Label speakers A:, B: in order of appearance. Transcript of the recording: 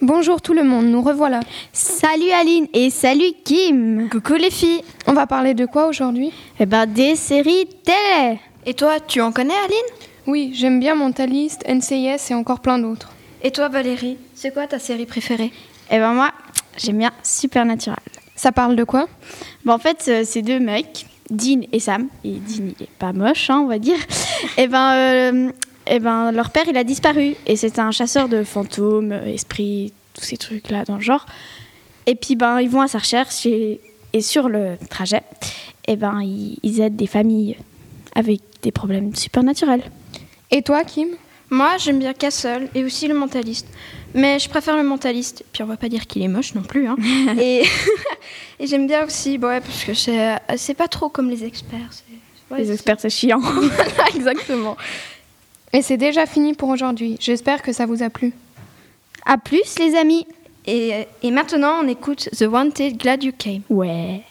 A: Bonjour tout le monde, nous revoilà.
B: Salut Aline et salut Kim.
C: Coucou les filles.
A: On va parler de quoi aujourd'hui
B: Eh ben des séries télé.
C: Et toi, tu en connais Aline
A: Oui, j'aime bien Mentaliste, NCIS et encore plein d'autres.
C: Et toi Valérie, c'est quoi ta série préférée
B: Eh ben moi, j'aime bien Supernatural.
A: Ça parle de quoi
B: Bah en fait, euh, ces deux mecs, Dean et Sam, et Dean il est pas moche, hein, on va dire, et ben, euh, eh ben leur père il a disparu, et c'est un chasseur de fantômes, euh, esprits, tous ces trucs-là dans le genre. Et puis ben ils vont à sa recherche, et, et sur le trajet, et ben ils, ils aident des familles avec des problèmes surnaturels.
A: Et toi, Kim
C: Moi, j'aime bien Castle et aussi le mentaliste. Mais je préfère le mentaliste. Puis on va pas dire qu'il est moche non plus. Hein. et et j'aime bien aussi, bon, ouais, parce que c'est euh, c'est pas trop comme les experts. c'est- ouais,
B: Les experts c'est chiant.
C: c'est- exactement.
A: Et c'est déjà fini pour aujourd'hui. J'espère que ça vous a plu.
B: à plus les amis.
C: euh, Et, et maintenant, on écoute The Wanted Glad You Came.
B: Ouais.